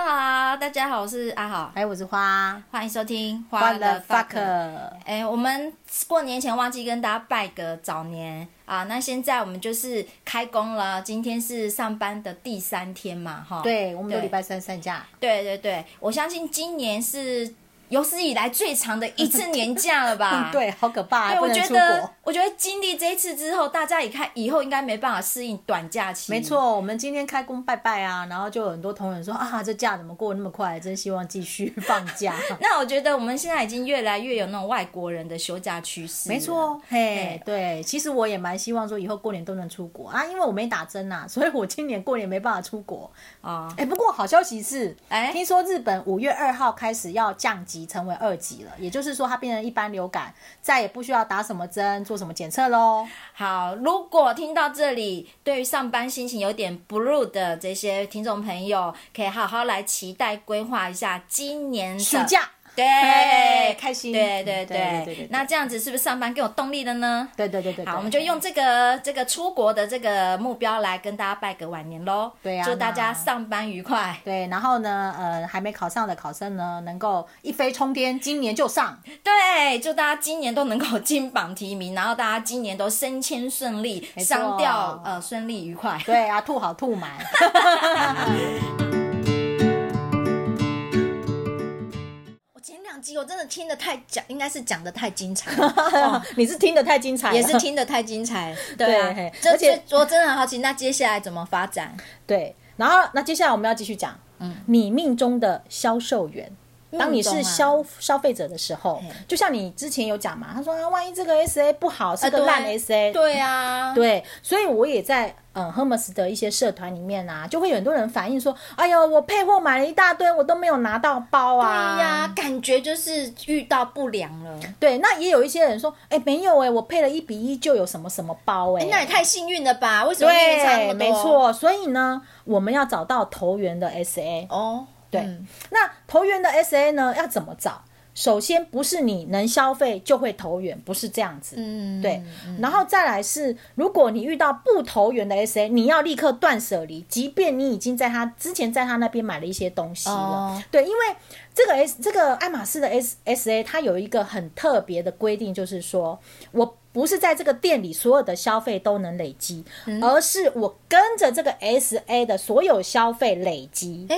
大家好，我是阿豪，哎，我是花欢迎收听《花的了 fuck，哎、我们过年前忘记跟大家拜个早年啊，那现在我们就是开工了，今天是上班的第三天嘛，哈。对，我们都哦对礼拜三上架，对对对，我相信今年是有史以来最长的一次年假了吧？嗯，。 对，好可怕，啊对，不我能觉出得国。，我觉得经历这一次之后，大家也看以后应该没办法适应短假期。没，错，我们今天开工拜拜啊，然后就有很多同仁说啊，这假怎么过得那么快？真希望继续放 假。 那我觉得我们现在已经越来越有那种外国人的休假趋势。没，错，啊嘿对，对，其实我也蛮希望说以后过年都能出国啊，因为我没打针呐、啊， 所以我今年过年没办法出国。哦，哎，不过好消息是，哎听说日本五月二号开始要降级成为二级了，也就是说它变成一般流感，再也不需要打什么针、做什么检测喽。好，如果听到这里，对于上班心情有点 blue 的这些听众朋友，可以好好来期待规划一下今年的暑。假，对哎，开心对对嗯对对对对对。那这样子是不是上班更有动力了呢？对对对对对，好，我们就用这个这个出国的这个目标来跟大家拜个晚年喽。对啊祝大家那上班愉快。 对，然后呢，呃，还没考上的考生呢，能够一飞冲天，今年 就上。对，祝大家今年都能够金榜题名，然后大家今年都升迁顺利，没错上吊呃顺利愉快。对啊，吐好吐满。我前两集我真的听得太讲，应该是讲的太精彩 了， 哦你是听得太精彩了，也是听得太精彩。对啊对，这而且这我真的很好奇，那接下来怎么发展？ 对。然后，那接下来我们要继续讲，嗯嗯，你命中的销售员。当你命是中啊消、消费者的时候嘿，就像你之前有讲嘛，他说、啊、万一这个 SA 不好，是呃个对烂 SA，、对啊，对，所以我也在嗯 Hermes 的一些社团里面啊，就会有很多人反映说，哎呦，我配货买了一大堆，我都没有拿到包对啊。呀，感觉就是遇到不良了。对，那也有一些人说，哎、没有哎、我配了一比一就有什么什么包哎、哎那也太幸运了吧？为什么命运差那么对，多？没错。所以呢，我们要找到投缘的 SA。哦，对，嗯那投缘的 SA 呢，要怎么找？首先不是你能消费就会投缘，不是这样子。嗯，对，然后再来是，如果你遇到不投缘的 SA，你要立刻断舍离，即便你已经在他之前在他那边买了一些东西了，哦对，因为这个 S 这个爱马仕的 S SA 它有一个很特别的规定，就是说我。不是在这个店里所有的消费都能累积，嗯而是我跟着这个 S A 的所有消费累积，哎，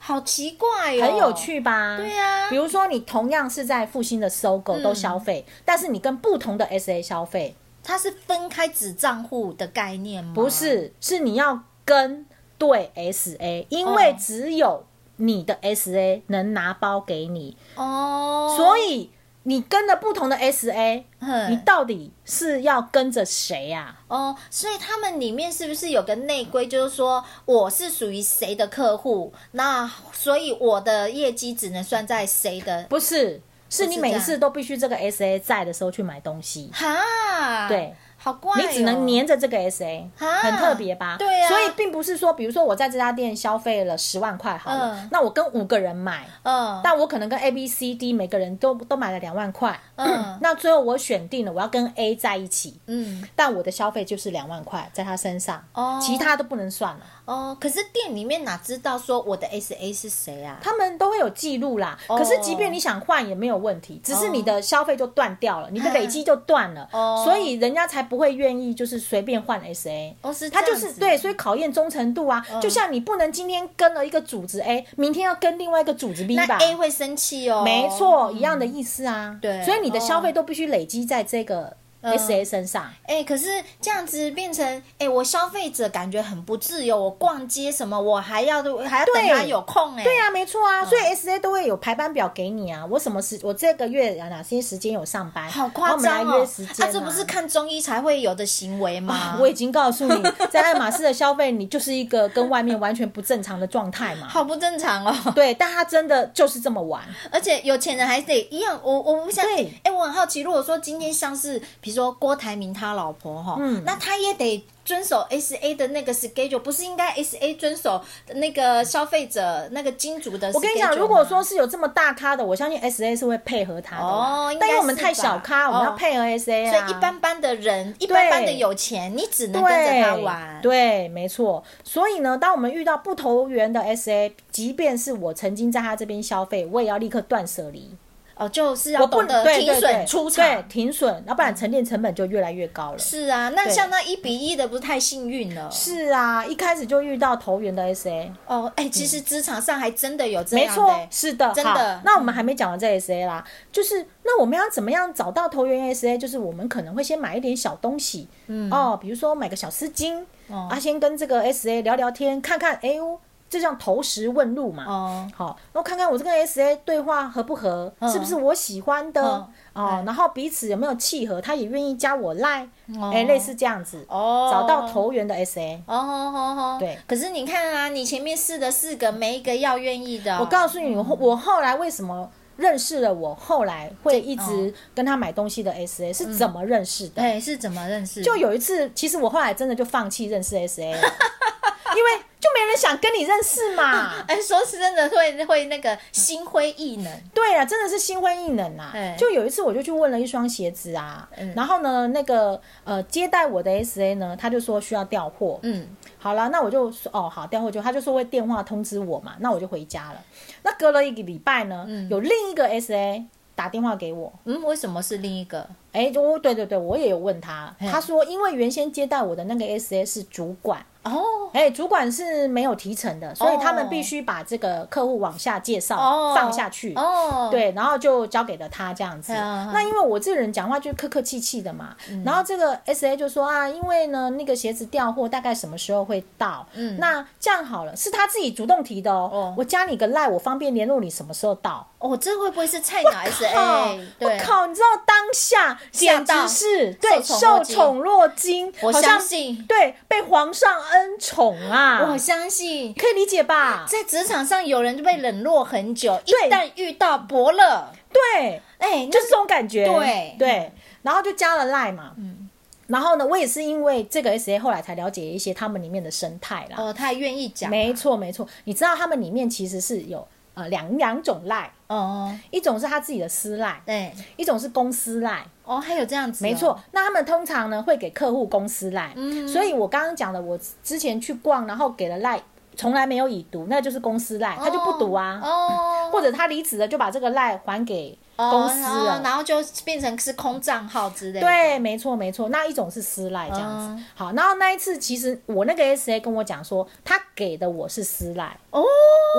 好奇怪哦，很有。趣吧？对啊嗯比如说你同样是在复兴的搜狗都消费，但是你跟不同的 S A 消费，它是分开子账户的概念吗？不，是，是你要跟对 SA，因为哦只有你的 SA 能拿包给你，哦，所以你跟了不同的 SA，嗯你到底是要跟着谁啊？哦，所以他们里面是不是有个内规，就是说我是属于谁的客户，那所以我的业绩只能算在谁的？不是，是你这每一样次都必须这个 SA 在的时候去买东西，哈，对，好怪哦、你只能黏着这个 SA，啊很特别吧？对啊所以并不是说，比如说我在这家店消费了十万块好了嗯，那我跟五个人买，嗯，但我可能跟 A、B、C、D 每个人都都买了两万块，嗯那最后我选定了我要跟 A 在一起，嗯但我的消费就是两万块在他身上，哦其他都不能算了。哦，可是店里面哪知道说我的 S A 是谁啊？他们都会有记录啦，哦可是即便你想换也没有问题，只是你的消费就断掉了，你的累积就断了，哦所以人家才不会愿意就是随便换 SA。哦，是他这就样是子嗯对，所以考验忠诚度啊，就像你不能今天跟了一个组织 A，明天要跟另外一个组织 B 那吧。 A 会生气哦，没错，一样的意思啊。对所以你的消费都必须累积在这个嗯 SA 身上。哎、可是这样子变成，哎、我消费者感觉很不自由。我逛街什么，我还要还要等对他有空哎、对啊，没错啊，所以 SA 都会有排班表给你啊。我什么时，我这个月啊哪些时间有上班，好夸然后我张们来哦！约时间、啊。这不是看中医才会有的行为吗？ 我已经告诉你，在爱马仕的消费，你就是一个跟外面完全不正常的状态嘛。好不正常哦！ 对，但他真的就是这么玩。而且有钱人还得一样，我我不相信。对哎、我很好奇，如果说今天像是比如说郭台铭他老婆哈，嗯那他也得遵守 S A 的那个 schedule，不是应该 S A 遵守那个消费者那个金主的 schedule 吗？我跟你讲，如果说是有这么大咖的，我相信 S A 是会配合他的啦。哦应该但是因为我们太小吧咖，哦我们要配合 S A 啊。所以一般般的人，一般般的有钱，你只能跟着他玩。对，没错。所以呢，当我们遇到不投缘的 SA，即便是我曾经在他这边消费，我也要立刻断舍离，哦，就是要我不懂得对停对对损出场。对，停损，要不然沉淀成本就越来越高了。是啊，那对像那一比一的，不是太幸运了。是啊，一开始就遇到投缘的 SA，哦，哎、其实职场上还真的有这嗯没样的、错哎，是的，真好的那我们还没讲完这 SA 啦，就是那我们要怎么样找到投缘 SA？就是我们可能会先买一点小东西，嗯哦，比如说买个小丝巾，哦啊，先跟这个 SA 聊聊天，看看，哎呦，就像投石问路嘛，哦，好，然后看看我这个 S A 对话合不合，嗯是不是我喜欢的嗯哦，然后彼此有没有契合，他也愿意加我赖，哦哎，类似这样子，哦找到投缘的 S A。哦吼吼吼，对可是你看啊，你前面试的四个，没一个要愿意的哦、我告诉你，我后我后来为什么认识了我后来会一嗯直跟他买东西的 S A 是怎么认识的？哎，是怎么认识？就有一次，其实我后来真的就放弃认识 S A 了，因为就没人想跟你认识嘛。 哎，说是真的会会那个心灰意冷，对啊，真的是心灰意冷啊哎！就有一次，我就去问了一双鞋子啊，嗯然后呢，那个呃接待我的 S A 呢，他就说需要调货。嗯，好了，那我就说哦好，调货就他就说会电话通知我嘛，那我就回家了。那隔了一个礼拜呢，有另一个 S A 打电话给我，嗯，为什么是另一个？哎，我对对对，我也有问他，嘿他说因为原先接待我的那个 S A 是主管，哦哎、主管是没有提成的，所以他们必须把这个客户往下介绍、哦放下去。哦，，对，然后就交给了他这样子。嗯嗯嗯那因为我这个人讲话就客客气气的嘛，然后这个 S A 就说啊，因为呢那个鞋子调货大概什么时候会到？嗯那这样好了，是他自己主动提的哦。哦我加你个赖，我方便联络你什么时候到。哦，这会不会是菜鸟 S 靠 A？我对，靠！你知道当下吓简到直是对受宠若受惊宠若惊，我好相像信对被皇上恩宠啊我，相信可以理解吧？在职场上有人就被冷落很久，一对旦遇到伯乐，对，哎，就是这种感觉。对嗯对，然后就加了赖嘛。嗯。然后呢，我也是因为这个 S A 后来才了解一些他们里面的生态啦。哦，他还愿意讲，没错，没错。你知道他们里面其实是有呃两两种赖，哦，一种是他自己的私赖，对，一种是公司赖。哦，还有这样子哦，没错，那他们通常呢会给客户公司赖。嗯所以我刚刚讲的，我之前去逛，然后给了赖，从来没有已读，那就是公司赖，哦，他就不读啊。哦，或者他离职了，就把这个赖还给哦公司然后了。然后就变成是空账号之类的。对，没错没错，那一种是私赖这样子。嗯好，然后那一次其实我那个 S A 跟我讲说，他给的我是私赖，哦，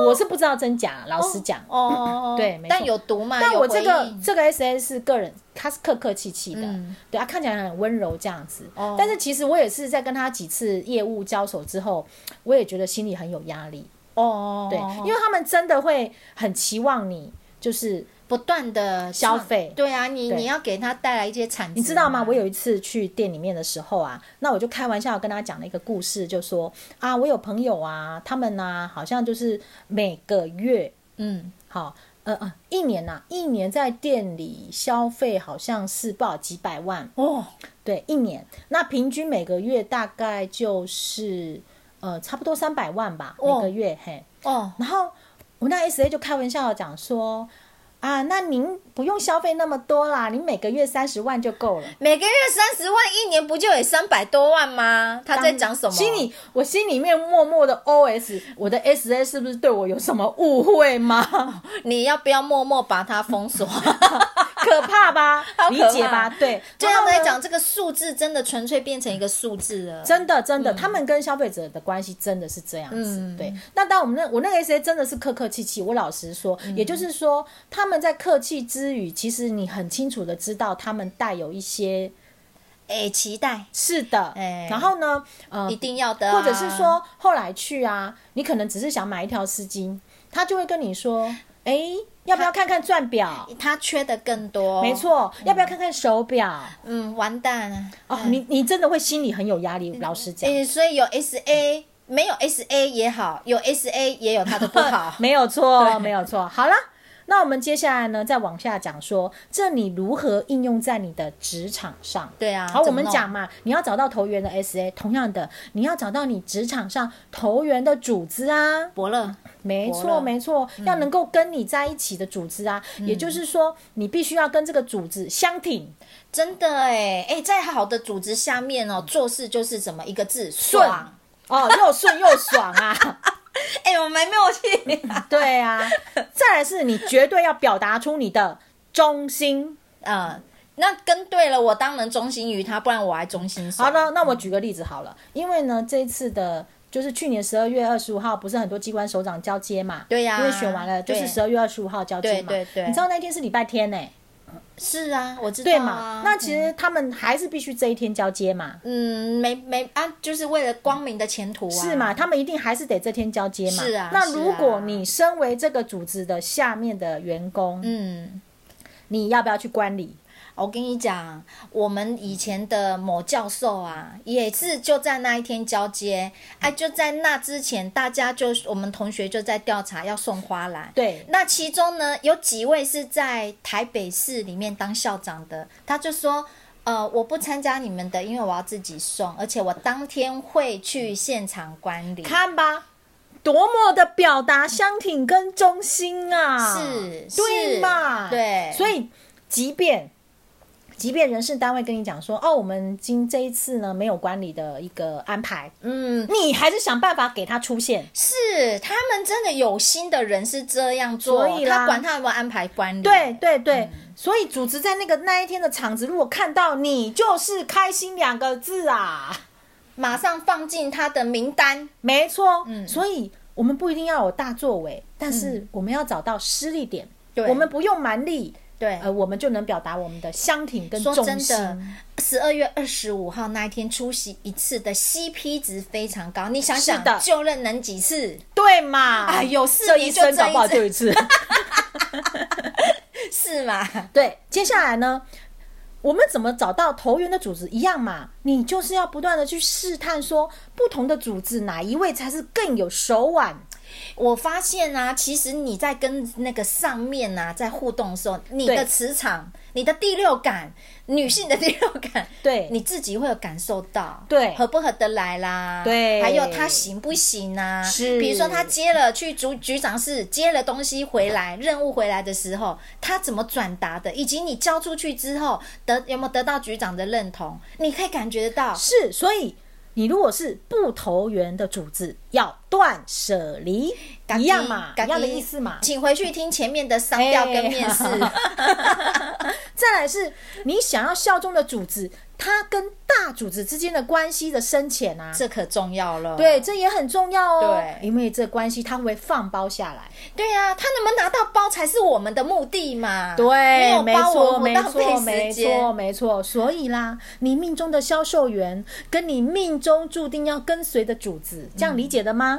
我是不知道真假，老实讲。哦，对没错但有毒嘛？但有我这回个应这个 S A 是个人，他是客客气气的，嗯对他啊看起来很温柔这样子。哦但是其实我也是在跟他几次业务交手之后，我也觉得心里很有压力。哦，对，因为为他们真的会很期望你，就是不断的消费对啊，你对你要给他带来一些产值，你知道吗？我有一次去店里面的时候啊，那我就开玩笑跟他讲了一个故事，就说啊，我有朋友啊，他们呢、好像就是每个月嗯，好呃呃一年呐、一年在店里消费好像是不好几百万，哦，对，一年那平均每个月大概就是呃差不多三百万吧，哦每个月嘿。哦，然后我那 S A 就开玩笑的讲说。啊，那您不用消费那么多啦，您每个月三十万就够了。每个月三十万，一年不就有三百多万吗？他在讲什么？心里我心里面默默的 OS：我的 S A 是不是对我有什么误会吗？ 你要不要默默把它封锁？可怕吧？好可怕理解吧？对，对他们来然后呢，讲，这个数字真的纯粹变成一个数字了。真的真的，他们跟消费者的关系真的是这样子。嗯对，那当我们那我那个 S A 真的是客客气气，我老实说，嗯也就是说，他们在客气之余，其实你很清楚的知道他们带有一些哎，期待是的，哎然后呢，呃一，定要的啊，或者是说后来去啊，你可能只是想买一条丝巾，他就会跟你说，哎、要不要看看钻表？他缺的更多，没。错，要不要看看手表？嗯，完蛋了。哦，你你真的会心里很有压力，老实讲。诶、所以有 S A 没有 S A 也好，有 S A 也有它的不好。 没有错，没有错。好了，那我们接下来呢，再往下讲说，这你如何应用在你的职场上？对啊好，我怎么们弄讲嘛，你要找到投缘的 SA，同样的，你要找到你职场上投缘的组织啊。伯乐，没活错，了嗯没错，要能够跟你在一起的组织啊，也就是说，你必须要跟这个组织相挺。真的哎哎，在好的组织下面嗯哦，做事就是怎么一个字顺爽。哦，又顺又爽 啊！哎、我们没有去、 对啊，再来是你绝对要表达出你的忠心。嗯，那跟对了，我当然忠心于他，不然我还忠心谁好了，那我举个例子好了，因为呢，这一次的。就是去年十二月二十五号，不是很多机关首长交接嘛？对呀因为选完了，就是对十二月二十五号交接嘛。对对对你知道那天是礼拜天呢、是啊，我知道、啊。对嘛？那其实他们还是必须这一天交接嘛，嗯，没没啊，就是为了光明的前途啊。是嘛？？他们一定还是得这天交接嘛。是啊那是如果啊你身为这个组织的下面的员工，嗯，你要不要去观礼？我跟你讲，我们以前的某教授啊，也是就在那一天交接，哎、就在那之前，大家就我们同学就在调查要送花篮。对那其中呢，有几位是在台北市里面当校长的，他就说。呃，我不参加你们的，因为我要自己送，而且我当天会去现场观礼。看吧，多么的表达相挺跟忠心啊！是对是嘛？对所以即便。即便人事单位跟你讲说，哦，我们今这一次呢没有管理的一个安排，嗯，你还是想办法给他出现。是，他们真的有心的人是这样做，所以啦他管他有没有安排观礼。对，对对，嗯所以组织在那个那一天的场子，如果看到你，就是开心两个字啊，马上放进他的名单。没错。嗯所以我们不一定要有大作为，但是我们要找到失力点，对我们不用蛮力，对，呃，我们就能表达我们的相挺跟说忠真心。的，十二月二十五号那一天出席一次的 CP 值非常高，你想是想的就任能几次？对嘛？哎有四这年一就生这搞不好一次就一次。 是吗？对，接下来呢，我们怎么找到投缘的组织一样嘛？你就是要不断的去试探，说不同的组织哪一位才是更有手腕。我发现啊，其实你在跟那个上面啊在互动的时候，你对的磁场、你的第六感、女性的第六感，对你自己会有感受到，对合不合得来啦，对还有他行不行啊？是比如说他接了去局局长室接了东西回来，任务回来的时候，他怎么转达的，以及你交出去之后得有没有得到局长的认同，你可以感觉得到，是，所以你如果是不投缘的组织，要断舍离，一样嘛，嘎一叽样的意思嘛。哎请回去听前面的商调跟面 试。再来是你想要效忠的组织，它跟大组织之间的关系的深浅啊，这可重要了。对，这也很重要哦。对因为这关系它会放包下来。对呀、他能不能拿到包才是我们的目的嘛。你有没包错，我没活到错，费没时间错，。没错。所以啦，你命中的销售员跟你命中注定要跟随的主子，这样理解的吗？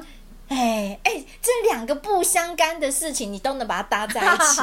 哎哎，这两个不相干的事情，你都能把它搭嗯 在一起。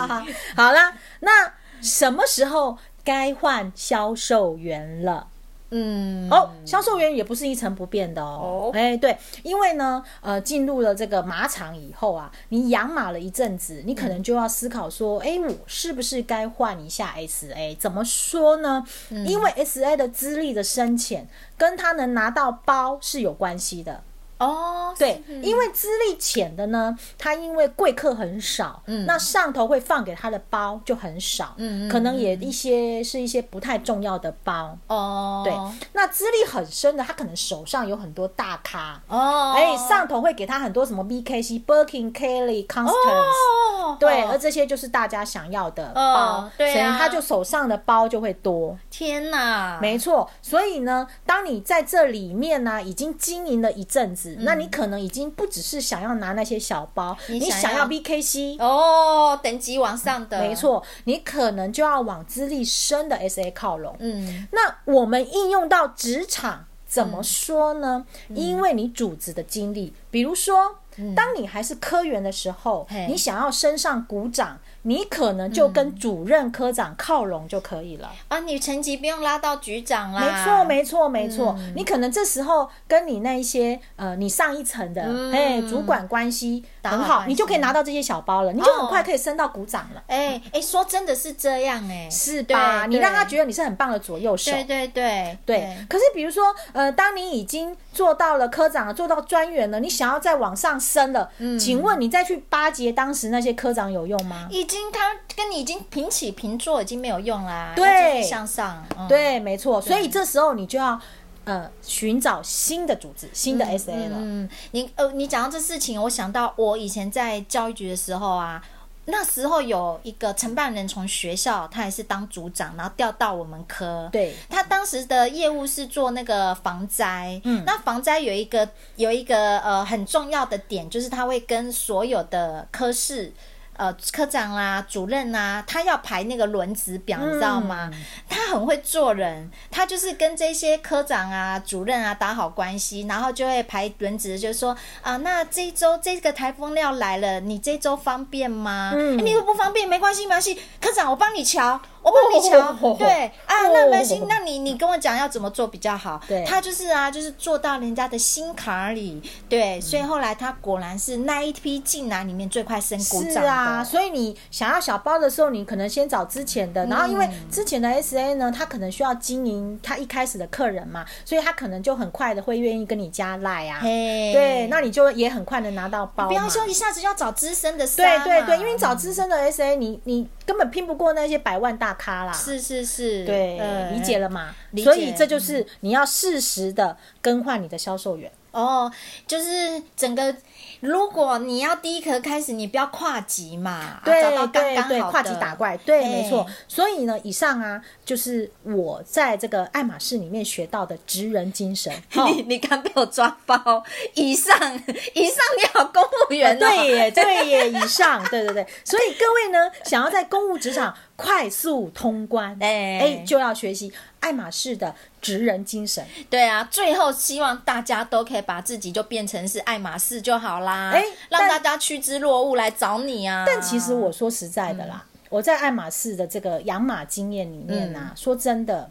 好啦，那什么时候该换销售员了？嗯，哦，销售员也不是一成不变的哦。哦哎、对，因为呢，呃，进入了这个马场以后啊，你养马了一阵子，你可能就要思考说，哎、我是不是该换一下 SA？怎么说呢？嗯因为 SA 的资历的深浅跟他能拿到包是有关系的。哦，对，因为资历浅的呢，他因为贵客很少，嗯那上头会放给他的包就很少，嗯嗯可能也一些是一些不太重要的包。哦，对，那资历很深的，他可能手上有很多大咖，哦，哎、上头会给他很多什么 BKC、Birkin、Kelly、Constance，、哦，对，哦而这些就是大家想要的哦包，对啊啊所以他就手上的包就会多，天哪，没错。所以呢，当你在这里面呢、已经经营了一阵子，那你可能已经不只是想要拿那些小包，你嗯你想要要 BKC。哦，等级往上的，没，错，你可能就要往资历深的 SA 靠拢。嗯，那我们应用嗯到职场怎么说呢？因为你组织的经历，比如说当你还是科员的时候嘿，你想要升上股长，你可能就跟主任科长靠拢就可以了。啊，你成绩不用拉到局长啦，没错，没错，没错。嗯你可能这时候跟你那一些呃，你上一层的哎、主管关嗯系打很好好，关你就可以系拿到这些小包了，你就很哦快可以升到股长了，哎、哎、说真的是这样哎、是吧？对你让他对觉得你是很棒的左右手。对对对对，可是比如说，呃，当你已经做到了科长了，做到专员了，你想要再往上升了，嗯请问你再去巴结当时那些科长有用吗？已经他跟你已经平起平坐，已经没有用啦，对要继续向上，嗯、对，没错，所以这时候你就要呃寻找新的组织、新的 SA 了。嗯，你呃，你讲到这事情，我想到我以前在教育局的时候啊，那时候有一个承办人从学校，他也是当组长，然后调到我们科。对他当时的业务是做那个防灾，嗯，那防灾有一个有一个呃很重要的点，就是他会跟所有的科室。呃，科长啦、主任啦、他要排那个轮值表，你知道吗？嗯他很会做人，他就是跟这些科长啊、主任啊打好关系，然后就会排轮值，就是说啊，那这一周这个台风要来了，你这周方便吗？嗯诶你如果不方便没关系，没关系，科长我帮你瞧，我帮你瞧。哦对啊，那没关系哦，那你你跟我讲要怎么做比较好？对他就是啊，就是做到人家的心坎儿里。对，所以后来他果然是那一批进来里面最快升股是长啊，的。所以你想要小包的时候，你可能先找之前嗯的，然后因为之前的 SA 呢，他可能需要经营他一开始的客人嘛，所以他可能就很快的会愿意跟你加赖啊，嘿对，那你就也很快的拿到包嘛。不要说一下子就要找资深的杀对嘛对对，因为你找资深的 SA，你你根本拼不过那些百万大咖啦。，是是是，对，呃理解了嘛？理解嗯所以这就是你要适时的更换你的销售员。哦，就是整个，如果你要第一颗开始，你不要跨级嘛，啊对找到刚对刚好对，的跨级打怪，对，嘿没错。所以呢，以上啊，就是我在这个爱马仕里面学到的职人精神。哦 你你刚被我抓包，以上以上你好公务员、哦啊对耶，对耶，以上，对对对，所以各位呢，想要在公务职场快速通关， 哎哎，就要学习爱马仕的职人精神。对啊，最后希望大家都可以把自己就变成是爱马仕就好啦，哎让但大家趋之若鹜来找你啊。但其实我说实在的啦，嗯我在爱马仕的这个养马经验里面啊，说真的，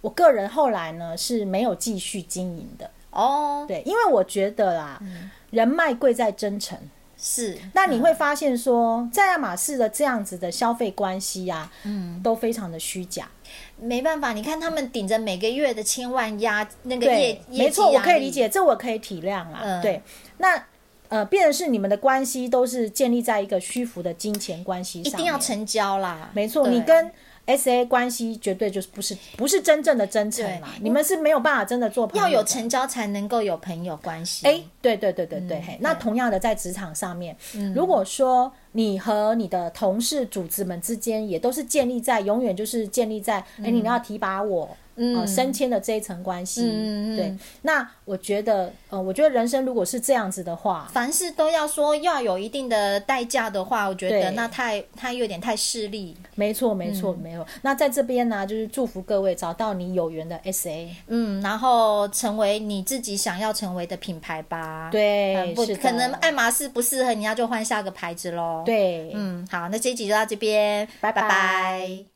我个人后来呢是没有继续经营的。哦，对，因为我觉得啦，嗯人脉贵在真诚。是那你会嗯发现说，在爱马仕的这样子的消费关系啊，嗯，都非常的虚假。没办法，你看他们顶着每个月的千万压那个业对，，没错，业绩我压力可以理。解，这我可以体谅啦。嗯对，那呃，变成是你们的关系都是建立在一个虚浮的金钱关系一上面，定要成交啦，没错，对啊你跟 S A 关系绝对就是不是不是真正的真诚啦对，你们是没有办法真的做朋友要的。有成交才能够有朋友关系。嗯哎、对对对对嗯对，嘿那同样的在职场上面，如果说你和你的同事、组织们之间也都是建立在永远就是建立在，哎、你们要提拔我，嗯、升迁的这一层关系，嗯嗯嗯嗯对，那我觉得，呃，我觉得人生如果是这样子的话，凡事都要说要有一定的代价的话，我觉对得那太他有点太势利。没错没嗯错、没有。那在这边呢、就是祝福各位找到你有缘的 S A，嗯，然后成为你自己想要成为的品牌吧。对嗯不哎是的可能爱马仕不适合你，那就换下个牌子喽。，对，嗯，好，那这一集就到这边，拜拜拜拜